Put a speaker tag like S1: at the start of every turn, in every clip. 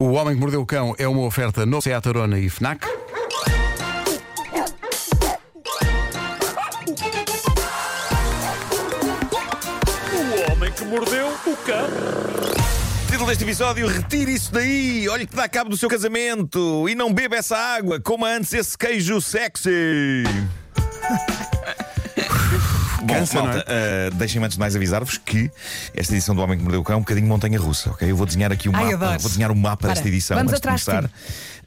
S1: O Homem que Mordeu o Cão é uma oferta no Seat Arona e FNAC.
S2: O homem que mordeu o cão.
S3: Título deste episódio: Retire isso daí, olhe que dá cabo do seu casamento e não beba essa água, coma antes esse queijo sexy. Bom,
S1: Cansa,
S4: é?
S3: malta, ah, deixem-me antes de mais avisar-vos que esta edição do Homem que Mordeu o Cão é um bocadinho montanha-russa, ok? Eu vou desenhar aqui o
S4: Ai,
S3: mapa,
S4: adoro.
S3: vou desenhar o mapa
S4: Para,
S3: desta edição
S4: vamos
S3: antes de
S4: atrás de
S3: começar,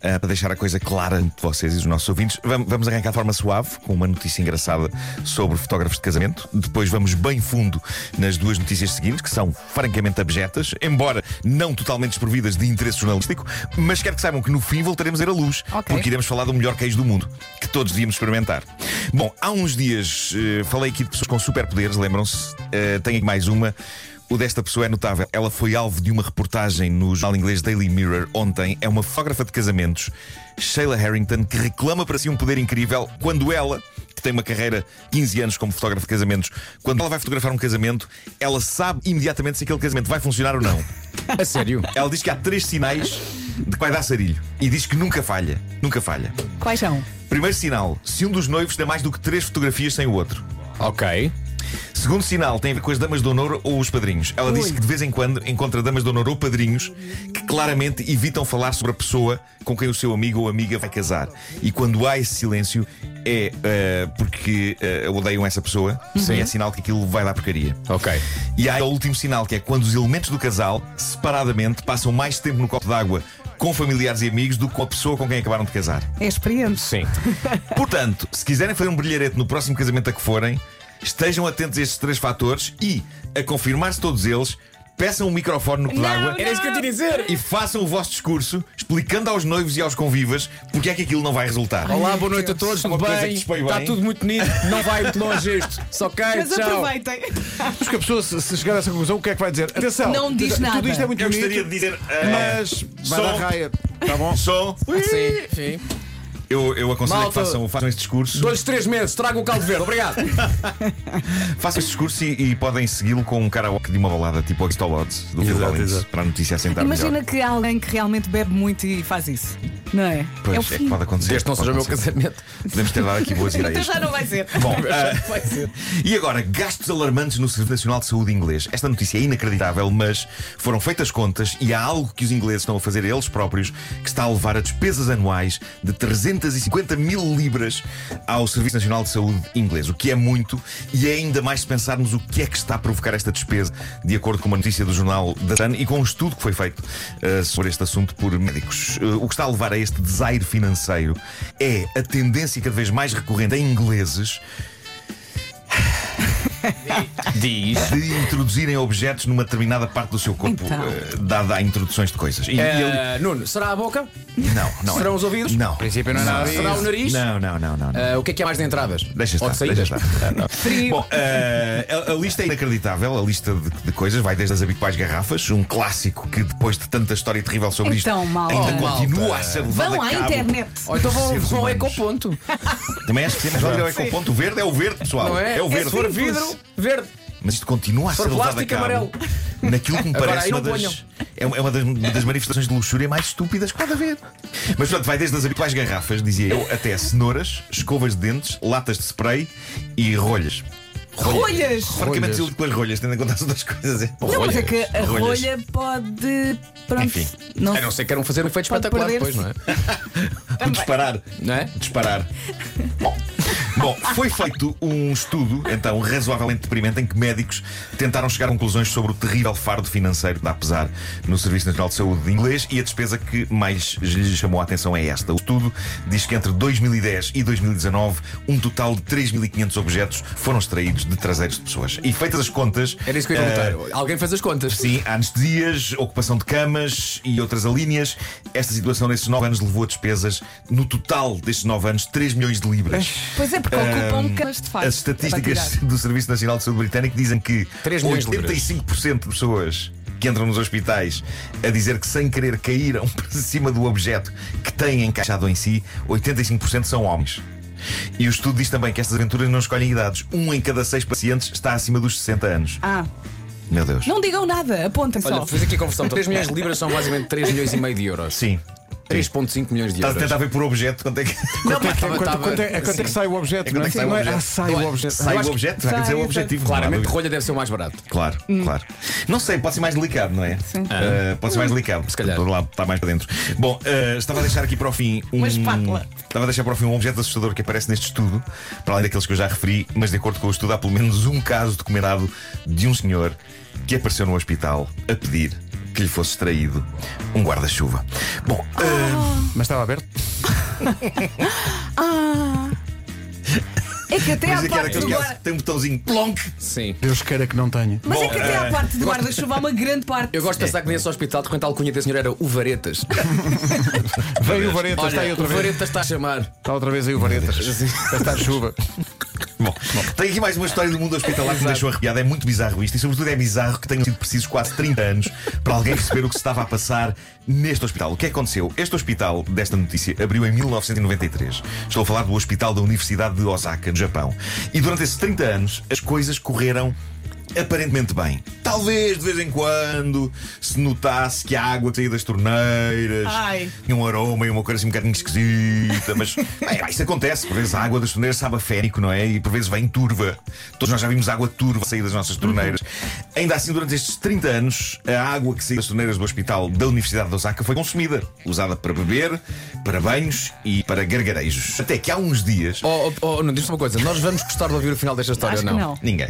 S3: ah, para deixar a coisa clara de vocês e dos nossos ouvintes. Vam- Vamos arrancar de forma suave com uma notícia engraçada sobre fotógrafos de casamento. Depois vamos bem fundo nas duas notícias seguintes, que são francamente abjetas, embora não totalmente desprovidas de interesse jornalístico, mas quero que saibam que no fim voltaremos a ir à luz,
S4: Ok.
S3: porque iremos falar do melhor queijo do mundo, que todos devíamos experimentar. Bom, há uns dias eh, falei aqui de pessoas com superpoderes, lembram-se? Eh, tenho aqui mais uma. O desta pessoa é notável. Ela foi alvo de uma reportagem no jornal inglês Daily Mirror ontem. É uma fotógrafa de casamentos, Sheila Harrington, que reclama para si um poder incrível quando ela, que tem uma carreira 15 anos como fotógrafa de casamentos, quando ela vai fotografar um casamento, ela sabe imediatamente se aquele casamento vai funcionar ou não.
S5: A sério?
S3: Ela diz que há três sinais de que vai dar sarilho e diz que nunca falha. Nunca falha.
S4: Quais são?
S3: Primeiro sinal: se um dos noivos tem mais do que três fotografias sem o outro.
S5: Ok.
S3: Segundo sinal, tem a ver com as damas de honor ou os padrinhos. Ela disse que de vez em quando encontra damas de honor ou padrinhos que claramente evitam falar sobre a pessoa com quem o seu amigo ou amiga vai casar. E quando há esse silêncio, é eh, porque eh, odeiam essa pessoa e é sinal que aquilo vai dar porcaria.
S5: Ok.
S3: E há o último sinal, que é quando os elementos do casal, separadamente, passam mais tempo no copo d'água com familiares e amigos do que com a pessoa com quem acabaram de casar.
S4: É experiente.
S5: Sim.
S3: Portanto, se quiserem fazer um brilharete no próximo casamento a que forem, estejam atentos a estes três fatores e, a confirmar-se todos eles, peçam um microfone no copo d'água
S5: Era isso que eu te ia dizer.
S3: e façam o vosso discurso explicando aos noivos e aos convivas porque é que aquilo não vai resultar.
S5: Olá, boa noite a todos, tudo
S3: Uma coisa que
S5: bem?
S3: se foi
S5: Está
S3: bem.
S5: tudo muito bonito, não vai muito longe isto. Só ok,
S4: Mas
S5: tchau.
S4: aproveitem.
S1: Acho que a pessoa, se se chegar a essa conclusão, o que é que vai dizer? Atenção!
S4: Não diz
S1: tudo
S4: nada.
S1: Tudo isto é muito
S3: Eu
S1: bonito,
S3: gostaria de dizer. eh,
S1: mas vai
S3: Som.
S1: dar raia. Tá bom?
S3: Som.
S5: Sim, sim.
S3: Eu, eu aconselho
S5: Malta.
S3: que façam, façam este discurso.
S5: Dois, três meses, traga um caldo verde, obrigado.
S3: Façam este discurso e, e podem segui-lo com um karaoke de uma balada tipo Oxtolods do Phil
S1: Exato,
S3: Collins
S1: exato.
S3: para a notícia assentar
S4: Imagina
S3: Tá
S4: é
S3: melhor.
S4: que há alguém que realmente bebe muito e faz isso. Não é? é o
S3: Pois, é que
S4: fim.
S3: pode acontecer.
S5: Este não
S3: pode
S5: seja o meu
S3: acontecer.
S5: casamento.
S3: Podemos ter dado aqui boas
S4: então
S3: ideias.
S4: já não vai ser.
S3: Bom, ah, E agora, gastos alarmantes no Serviço Nacional de Saúde inglês. Esta notícia é inacreditável, mas foram feitas contas e há algo que os ingleses estão a fazer a eles próprios que está a levar a despesas anuais de 350 mil libras ao Serviço Nacional de Saúde inglês, o que é muito e é ainda mais se pensarmos o que é que está a provocar esta despesa, de acordo com uma notícia do jornal da Sun e com um estudo que foi feito ah, sobre este assunto por médicos. Ah, o que está a levar a este desaire financeiro é a tendência cada vez mais recorrente em ingleses
S5: Diz.
S3: de introduzirem objetos numa determinada parte do seu corpo,
S4: Então.
S3: eh, dada a introduções de coisas. E, e ele-
S5: Eh, Nuno, será a boca?
S3: Não, não. é.
S5: serão os ouvidos?
S3: Não.
S5: Em princípio não é nada Será o nariz?
S3: Não, não, não, não. não.
S5: Eh, o que é que é mais de entradas?
S3: Deixa estar,
S5: Ou de saídas?
S3: deixa estar. Ah, não. Bom, eh, a, a lista é inacreditável, a lista de, de coisas vai desde as habituais garrafas, um clássico que depois de tanta história terrível sobre
S4: Então,
S3: isto
S4: malta.
S3: ainda
S5: Oh, malta.
S3: continua a ser levado
S4: Vão
S3: a
S4: à
S3: cabo.
S4: internet.
S5: Ou então vão,
S3: Seres
S5: vão ao
S3: humanos.
S5: ecoponto,
S3: Também acho que temos valor ao ponto verde, é o verde, pessoal.
S5: não é?
S3: o verde.
S5: Se for vidro, verde.
S3: Mas isto continua a
S5: Se
S3: ser
S5: for
S3: levado a
S5: plástico,
S3: cabo
S5: amarelo.
S3: Naquilo que me
S5: Agora,
S3: parece
S5: aí não
S3: uma das, é uma é uma das, uma das manifestações de luxúria mais estúpidas que há de haver. Mas pronto, vai desde as habituais garrafas, dizia eu, até cenouras, escovas de dentes, latas de spray e rolhas.
S4: Rolhas!
S3: Francamente desiludo com as rolhas, tendo em conta as outras coisas. é.
S4: Não, mas é que a
S3: Rolhas.
S4: rolha pode. Pronto.
S3: Enfim. É,
S4: Não.
S5: A não ser que queiram fazer um efeito
S4: Pode
S5: espetacular
S4: perder-se.
S5: depois, não é?
S3: Vou disparar.
S5: Não é?
S3: Disparar. Bom. Bom, foi feito um estudo, então razoavelmente deprimente, em que médicos tentaram chegar a conclusões sobre o terrível fardo financeiro que dá a pesar no Serviço Nacional de Saúde de inglês e a despesa que mais lhes chamou a atenção é esta. O estudo diz que entre 2010 e 2019, um total de 3.500 objetos foram extraídos de traseiros de pessoas. E feitas as contas.
S5: Era isso que eu ia
S3: eh,
S5: perguntar. Alguém fez as contas.
S3: Sim, há anestesias, ocupação de camas e outras alíneas. Esta situação nesses nove anos levou a despesas, no total destes nove anos, 3 milhões de libras.
S4: Pois é, porque ocupam camas de facto. é
S3: As estatísticas do Serviço Nacional de Saúde Britânico dizem que
S5: 3 milhões de libras.
S3: 85% de pessoas que entram nos hospitais a dizer que sem querer caíram para cima do objeto que têm encaixado em si, 85% são homens. E o estudo diz também que estas aventuras não escolhem idades. Um em cada seis pacientes está acima dos 60 anos.
S4: Ah,
S3: Meu Deus.
S4: Não digam nada, apontem
S5: Olha,
S4: só.
S5: fiz aqui a conversão. 3 milhões de libras são basicamente 3 milhões e meio de euros.
S3: Sim.
S5: 3,5 milhões de
S3: Estás a
S5: euros.
S3: tentar ver por objeto quanto é que.
S5: Não,
S1: Quanto é
S5: mas
S1: que-
S5: tava-
S1: quanto-
S5: tava-
S1: quanto é- a quanto é que
S5: sim.
S1: sai o objeto?
S3: quanto é que sai o
S1: não é?
S3: objeto?
S1: Ah, sai
S5: Olha,
S1: o objeto.
S3: Sai
S5: acho
S3: o
S5: que-
S3: objeto, vai dizer o
S4: sai,
S3: objetivo. não há
S5: Claramente,
S3: dúvida. Hum.
S5: rolha deve ser o mais barato.
S3: Claro, claro. Não sei, pode ser mais delicado, não é?
S4: Sim.
S3: Ah, pode ser mais delicado. Se
S5: calhar.
S3: Lá está mais para dentro. Bom, ah, estava a deixar aqui para o fim um.
S4: Uma espátula.
S3: Estava a deixar para o fim um objeto assustador que aparece neste estudo, para além daqueles que eu já referi, mas de acordo com o estudo, há pelo menos um caso documentado de um senhor que apareceu no hospital a pedir que lhe fosse extraído um guarda-chuva. Bom, ah,
S1: Mas estava aberto?
S4: É que até
S3: mas
S4: à
S3: aqui era
S4: parte
S3: aquele
S4: do
S3: caso
S4: guarda.
S3: que tem um botãozinho plonk.
S5: Sim.
S1: Deus queira que não tenha.
S4: Mas é que até à
S3: eh,
S4: parte de guarda-chuva há uma grande parte.
S5: Eu gosto de
S1: É.
S5: pensar que nesse hospital, de quanto a alcunha desse senhor era o Varetas.
S1: Veio o Vareta, Então está aí
S5: Olha, o
S1: outra vez.
S5: Varetas está a chamar.
S1: Está outra vez aí o Vareta. Está a chuva.
S3: Bom, tem aqui mais uma história do mundo hospitalar que me deixou arrepiado. É muito bizarro isto e, sobretudo, é bizarro que tenham sido precisos quase 30 anos para alguém perceber o que se estava a passar neste hospital. O que é que aconteceu? Este hospital, desta notícia, abriu em 1993. Estou a falar do Hospital da Universidade de Osaka, no Japão. E durante esses 30 anos, as coisas correram aparentemente bem. Talvez de vez em quando se notasse que a água saía das torneiras
S4: Ai.
S3: tinha um aroma e uma coisa assim um bocadinho esquisita, mas bem, isso acontece. Por vezes a água das torneiras sabe a férico, não é? E por vezes vem turva. Todos nós já vimos água turva sair das nossas torneiras. Ainda assim, durante estes 30 anos, a água que saiu das torneiras do hospital da Universidade de Osaka foi consumida, usada para beber, para banhos e para gargarejos. Até que há uns dias.
S5: Oh, oh, oh, não, diz-me uma coisa. Nós vamos gostar de ouvir o final desta história
S4: Acho
S5: ou
S4: que
S5: não?
S4: não.
S3: Ninguém.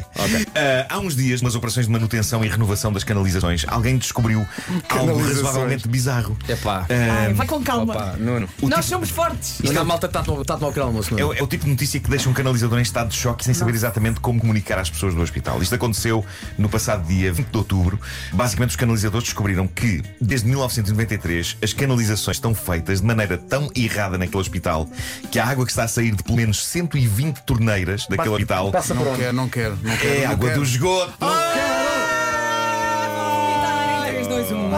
S3: Ah, há uns dias, nas operações de manutenção e renovação das canalizações, alguém descobriu algo
S1: Canalizações.
S3: razoavelmente bizarro.
S5: Epá.
S1: É,
S4: Ai, vai com calma.
S5: É Opa, Nuno.
S4: Nós
S3: tipo-
S4: somos fortes.
S5: Isto a malta está-te ao pequeno almoço,
S3: É o,
S5: Nuno.
S3: é o tipo de notícia que deixa um canalizador em estado de choque sem saber exatamente como comunicar às pessoas do hospital. Isto aconteceu no passado dia 20 de outubro. Basicamente, os canalizadores descobriram que, desde 1993, as canalizações estão feitas de maneira tão errada naquele hospital que a água que está a sair de pelo menos 120 torneiras daquele hospital
S1: Não quero, não quero. Não quero
S3: é
S1: não
S3: água
S1: quero.
S3: do esgoto.
S4: Ai, três, dois, um.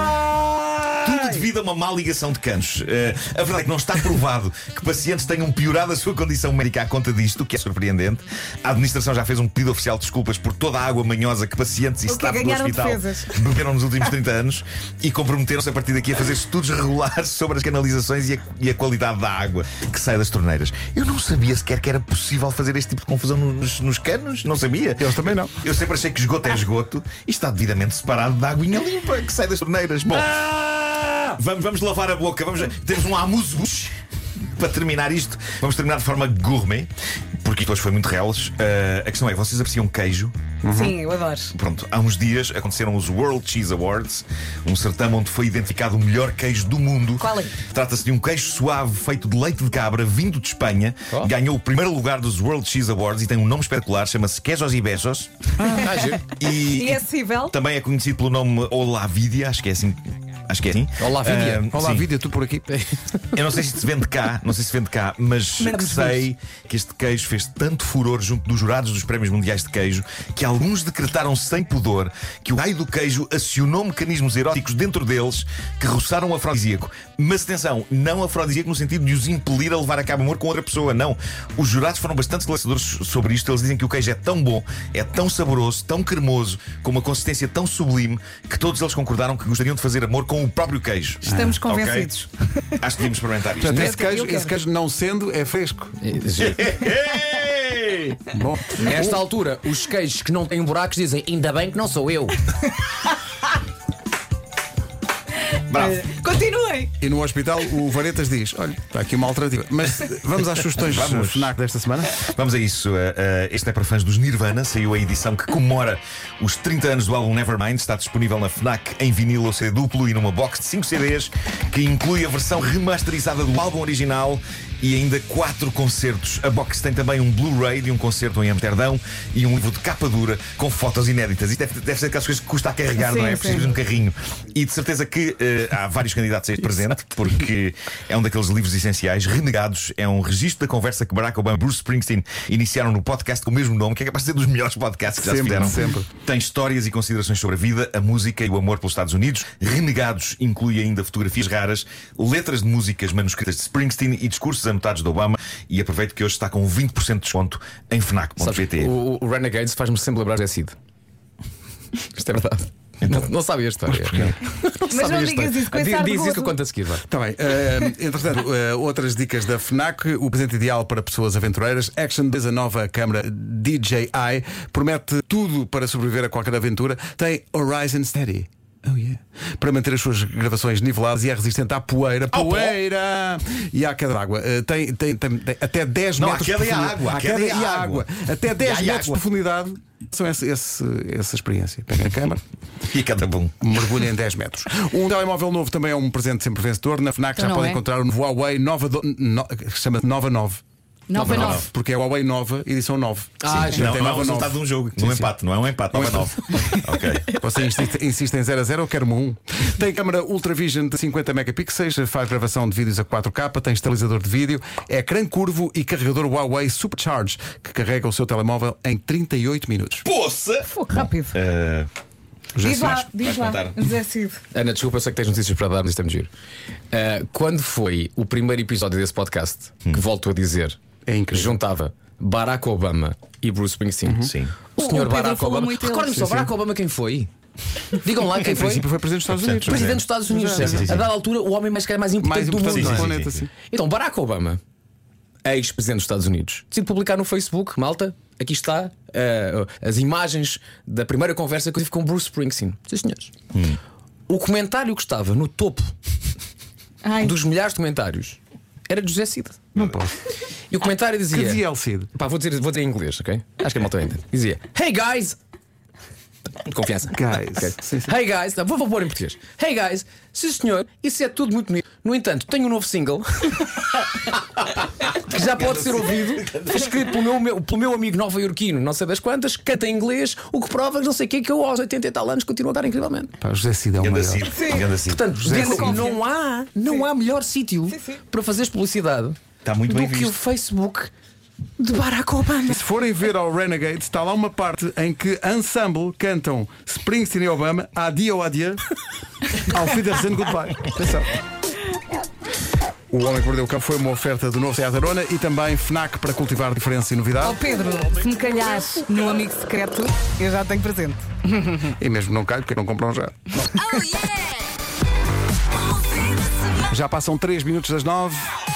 S3: Tudo devido a uma má ligação de canos. Eh, a verdade é que não está provado que pacientes tenham piorado a sua condição médica à conta disto, o que é surpreendente. A administração já fez um pedido oficial de desculpas por toda a água manhosa que pacientes e
S4: que é
S3: staff do
S4: ganharam
S3: hospital
S4: defesas.
S3: beberam nos últimos 30 anos e comprometeram-se a partir daqui a fazer estudos regulares sobre as canalizações e a, e a qualidade da água que sai das torneiras. Eu não sabia sequer que era possível fazer este tipo de confusão nos, nos canos, não sabia.
S1: Eles também não.
S3: Eu sempre achei que esgoto é esgoto e está devidamente separado da aguinha limpa que sai das torneiras. Bom,
S1: Ah!
S3: vamos, vamos lavar a boca. Vamos, temos um amuse-bouche para terminar isto. Vamos terminar de forma gourmet, porque isto hoje foi muito reles. Ah, a questão é: vocês apreciam queijo?
S4: Sim, eu adoro.
S3: Pronto, há uns dias aconteceram os World Cheese Awards, um certame onde foi identificado o melhor queijo do mundo.
S4: Qual é?
S3: Trata-se de um queijo suave feito de leite de cabra vindo de Espanha.
S5: Oh.
S3: Ganhou o primeiro lugar dos World Cheese Awards e tem um nome espetacular, chama-se Queijos e Beijos.
S5: Ah, giro.
S3: E,
S4: E é acessível?
S3: também é conhecido pelo nome Olavidia, acho que é assim. Acho que é assim.
S5: Olavidia.
S3: Ah,
S1: Olá,
S3: sim.
S1: vida, tu por aqui.
S3: Eu não sei se se vende cá, não sei se vende cá, mas
S4: Mas-
S3: sei que este queijo fez tanto furor junto dos jurados dos Prémios Mundiais de Queijo que alguns decretaram sem pudor que o raio do queijo acionou mecanismos eróticos dentro deles que roçaram o afrodisíaco. Mas atenção, não afrodisíaco no sentido de os impelir a levar a cabo amor com outra pessoa, não. Os jurados foram bastante esclarecedores sobre isto. Eles dizem que o queijo é tão bom, é tão saboroso, tão cremoso, com uma consistência tão sublime que todos eles concordaram que gostariam de fazer amor com o próprio queijo. Ah,
S4: Estamos
S3: Ok?
S4: convencidos.
S3: Acho que devíamos experimentar isto.
S1: Portanto,
S4: Eu
S1: esse
S4: quero,
S1: queijo,
S4: eu quero.
S1: esse queijo não sendo, é fresco.
S5: É, giro.
S3: Ei!
S1: Bom,
S5: Nesta altura, os queijos que não têm buracos dizem ainda bem que não sou eu.
S3: Bravo.
S4: Eh, É. Continuem.
S1: e no hospital o Varetas diz: olha, está aqui uma alternativa. Mas vamos às sugestões
S3: Vamos.
S1: FNAC desta semana?
S3: Vamos a isso. Uh, uh, este é para fãs dos Nirvana. Saiu a edição que comemora os 30 anos do álbum Nevermind. Está disponível na Fnac em vinil ou CD duplo e numa box de 5 CDs que inclui a versão remasterizada do álbum original e ainda quatro concertos. A box tem também um Blu-ray de um concerto em Amsterdão e um livro de capa dura com fotos inéditas. Isto deve, deve ser aquelas coisas que custa a carregar,
S4: Sim,
S3: não é? É
S4: sim.
S3: preciso um carrinho. E de certeza que eh, há vários candidatos a este presente, porque é um daqueles livros essenciais. Renegados é um registro da conversa que Barack Obama e Bruce Springsteen iniciaram no podcast com o mesmo nome, que é capaz de ser dos melhores podcasts que já se
S1: Sempre,
S3: fizeram.
S1: sempre.
S3: Tem histórias e considerações sobre a vida, a música e o amor pelos Estados Unidos. Renegados inclui ainda fotografias raras, letras de músicas manuscritas de Springsteen e discursos anotados de Obama. E aproveito que hoje está com 20% de desconto em
S5: Sabes,
S3: Fnac.pt.
S5: o, o Renegades faz-me sempre lembrar de Cid. Isto é verdade. Não, não sabia a história.
S4: Mas não digas isso com essa
S5: Diz, diz isso que eu
S4: argoso.
S5: conto a seguir. vá.
S1: Está bem. eh, entretanto, eh, outras dicas da FNAC, o presente ideal para pessoas aventureiras, Action Biz, a nova câmara DJI, promete tudo para sobreviver a qualquer aventura, tem Horizon Steady. Oh yeah. Para manter as suas gravações niveladas e é resistente à poeira,
S3: Ao pó?
S1: poeira e à queda d'água. Eh, tem, tem, tem- tem até 10
S3: Não, à
S1: metros
S3: queda e à
S1: profundidade.
S3: água, à
S1: À queda
S3: queda e à
S1: e à
S3: água.
S1: água. Até 10
S3: E à
S1: metros de
S3: água.
S1: profundidade. São esse- esse- essa experiência. Pega a câmara
S3: E cada bom.
S1: mergulha em 10 metros. Um telemóvel novo também é um presente sempre vencedor. Na FNAC
S4: Então
S1: já
S4: não
S1: podem
S4: é.
S1: encontrar o novo Huawei Nova do... no... que se chama Nova 9.
S4: 9 a 9.
S1: Porque é Huawei Nova, edição 9.
S5: Ah,
S1: Sim,
S5: já
S1: tem
S3: Não, não é o
S1: Nova
S3: resultado
S1: 9.
S3: de um jogo. Um empate, não é um empate, não é nove. Ok.
S1: Você insiste, insiste em 0 a 0, eu quero 1. Tem câmara Ultravision de 50 megapixels, faz gravação de vídeos a 4K, tem estabilizador de vídeo, é ecrã curvo e carregador Huawei Supercharge, que carrega o seu telemóvel em 38 minutos.
S3: Poça!
S4: Pô, rápido.
S3: Eh,
S4: Diz lá,
S3: vais-
S4: diz
S3: vais
S4: lá.
S3: contar.
S4: Zé Cid.
S5: Ana, desculpa, eu sei que tens notícias para dar, mas isto é muito giro. Ah, quando foi o primeiro episódio desse podcast, que volto a dizer,
S1: É incrível.
S5: juntava Barack Obama e Bruce
S3: Sim.
S5: Springsteen. O
S4: O- o
S5: senhor
S4: Pedro
S5: Barack
S4: falou
S5: Obama.
S4: muito dele.
S5: Recordem-me só,
S4: Sim,
S5: Barack Obama quem foi? Digam lá quem
S1: Em
S5: foi.
S1: princípio foi presidente dos Estados Unidos.
S3: É, Portanto,
S5: Presidente dos Estados Unidos.
S3: Sim, sim, sim.
S5: A dada altura, o homem mais, mais importante,
S1: Mais
S3: um
S1: importante do
S5: do mundo. não é?
S1: planeta,
S3: sim,
S1: sim.
S3: sim.
S5: Então, Barack Obama, ex-presidente dos Estados Unidos, decide publicar no Facebook, malta, aqui está eh, as imagens da primeira conversa que eu tive com Bruce Springsteen. Sim, senhores. O comentário que estava no topo
S4: Ai,
S5: dos milhares de comentários era de José Cid.
S1: Não posso.
S5: E o comentário dizia.
S1: Que dizia Elcide?
S5: Pá, vou dizer, vou dizer em inglês, ok? Acho que a malta entende. Dizia: Hey guys! De confiança.
S1: Guys.
S5: Ok.
S1: Sim, sim.
S5: Hey guys! Não, vou, vou pôr em português. Hey guys! Sim senhor, isso é tudo muito bonito. No entanto, tenho um novo single que já pode ser ouvido. Foi escrito pelo meu, meu- pelo meu amigo nova-iorquino, não sei das quantas, canta em inglês, o que prova que não sei o que que eu aos 80 e tal anos continuo a dar incrivelmente.
S1: Pá, José Cid é o
S3: Ganda
S1: maior.
S3: Cid. Ganda Cid.
S5: Portanto, digo,
S4: Cid.
S5: não há, não há melhor sítio
S4: sim.
S5: para fazeres publicidade
S3: Está muito
S5: do
S3: bem
S5: que
S3: visto.
S5: o Facebook de Barack Obama.
S1: Se forem ver ao Renegade, está lá uma parte em que ensemble cantam Springsteen e Obama, adio adia, ao Wiedersehen Goodbye. Atenção. O Homem que Mordeu o Cabo foi uma oferta do novo Seat Arona e também FNAC para cultivar diferença e
S4: Ó
S1: novidade.
S4: Oh, Pedro, se me calhares no amigo secreto, eu já tenho presente.
S1: E mesmo não calho, porque não compram já.
S6: Oh yeah!
S1: Já passam 3 minutos das 9.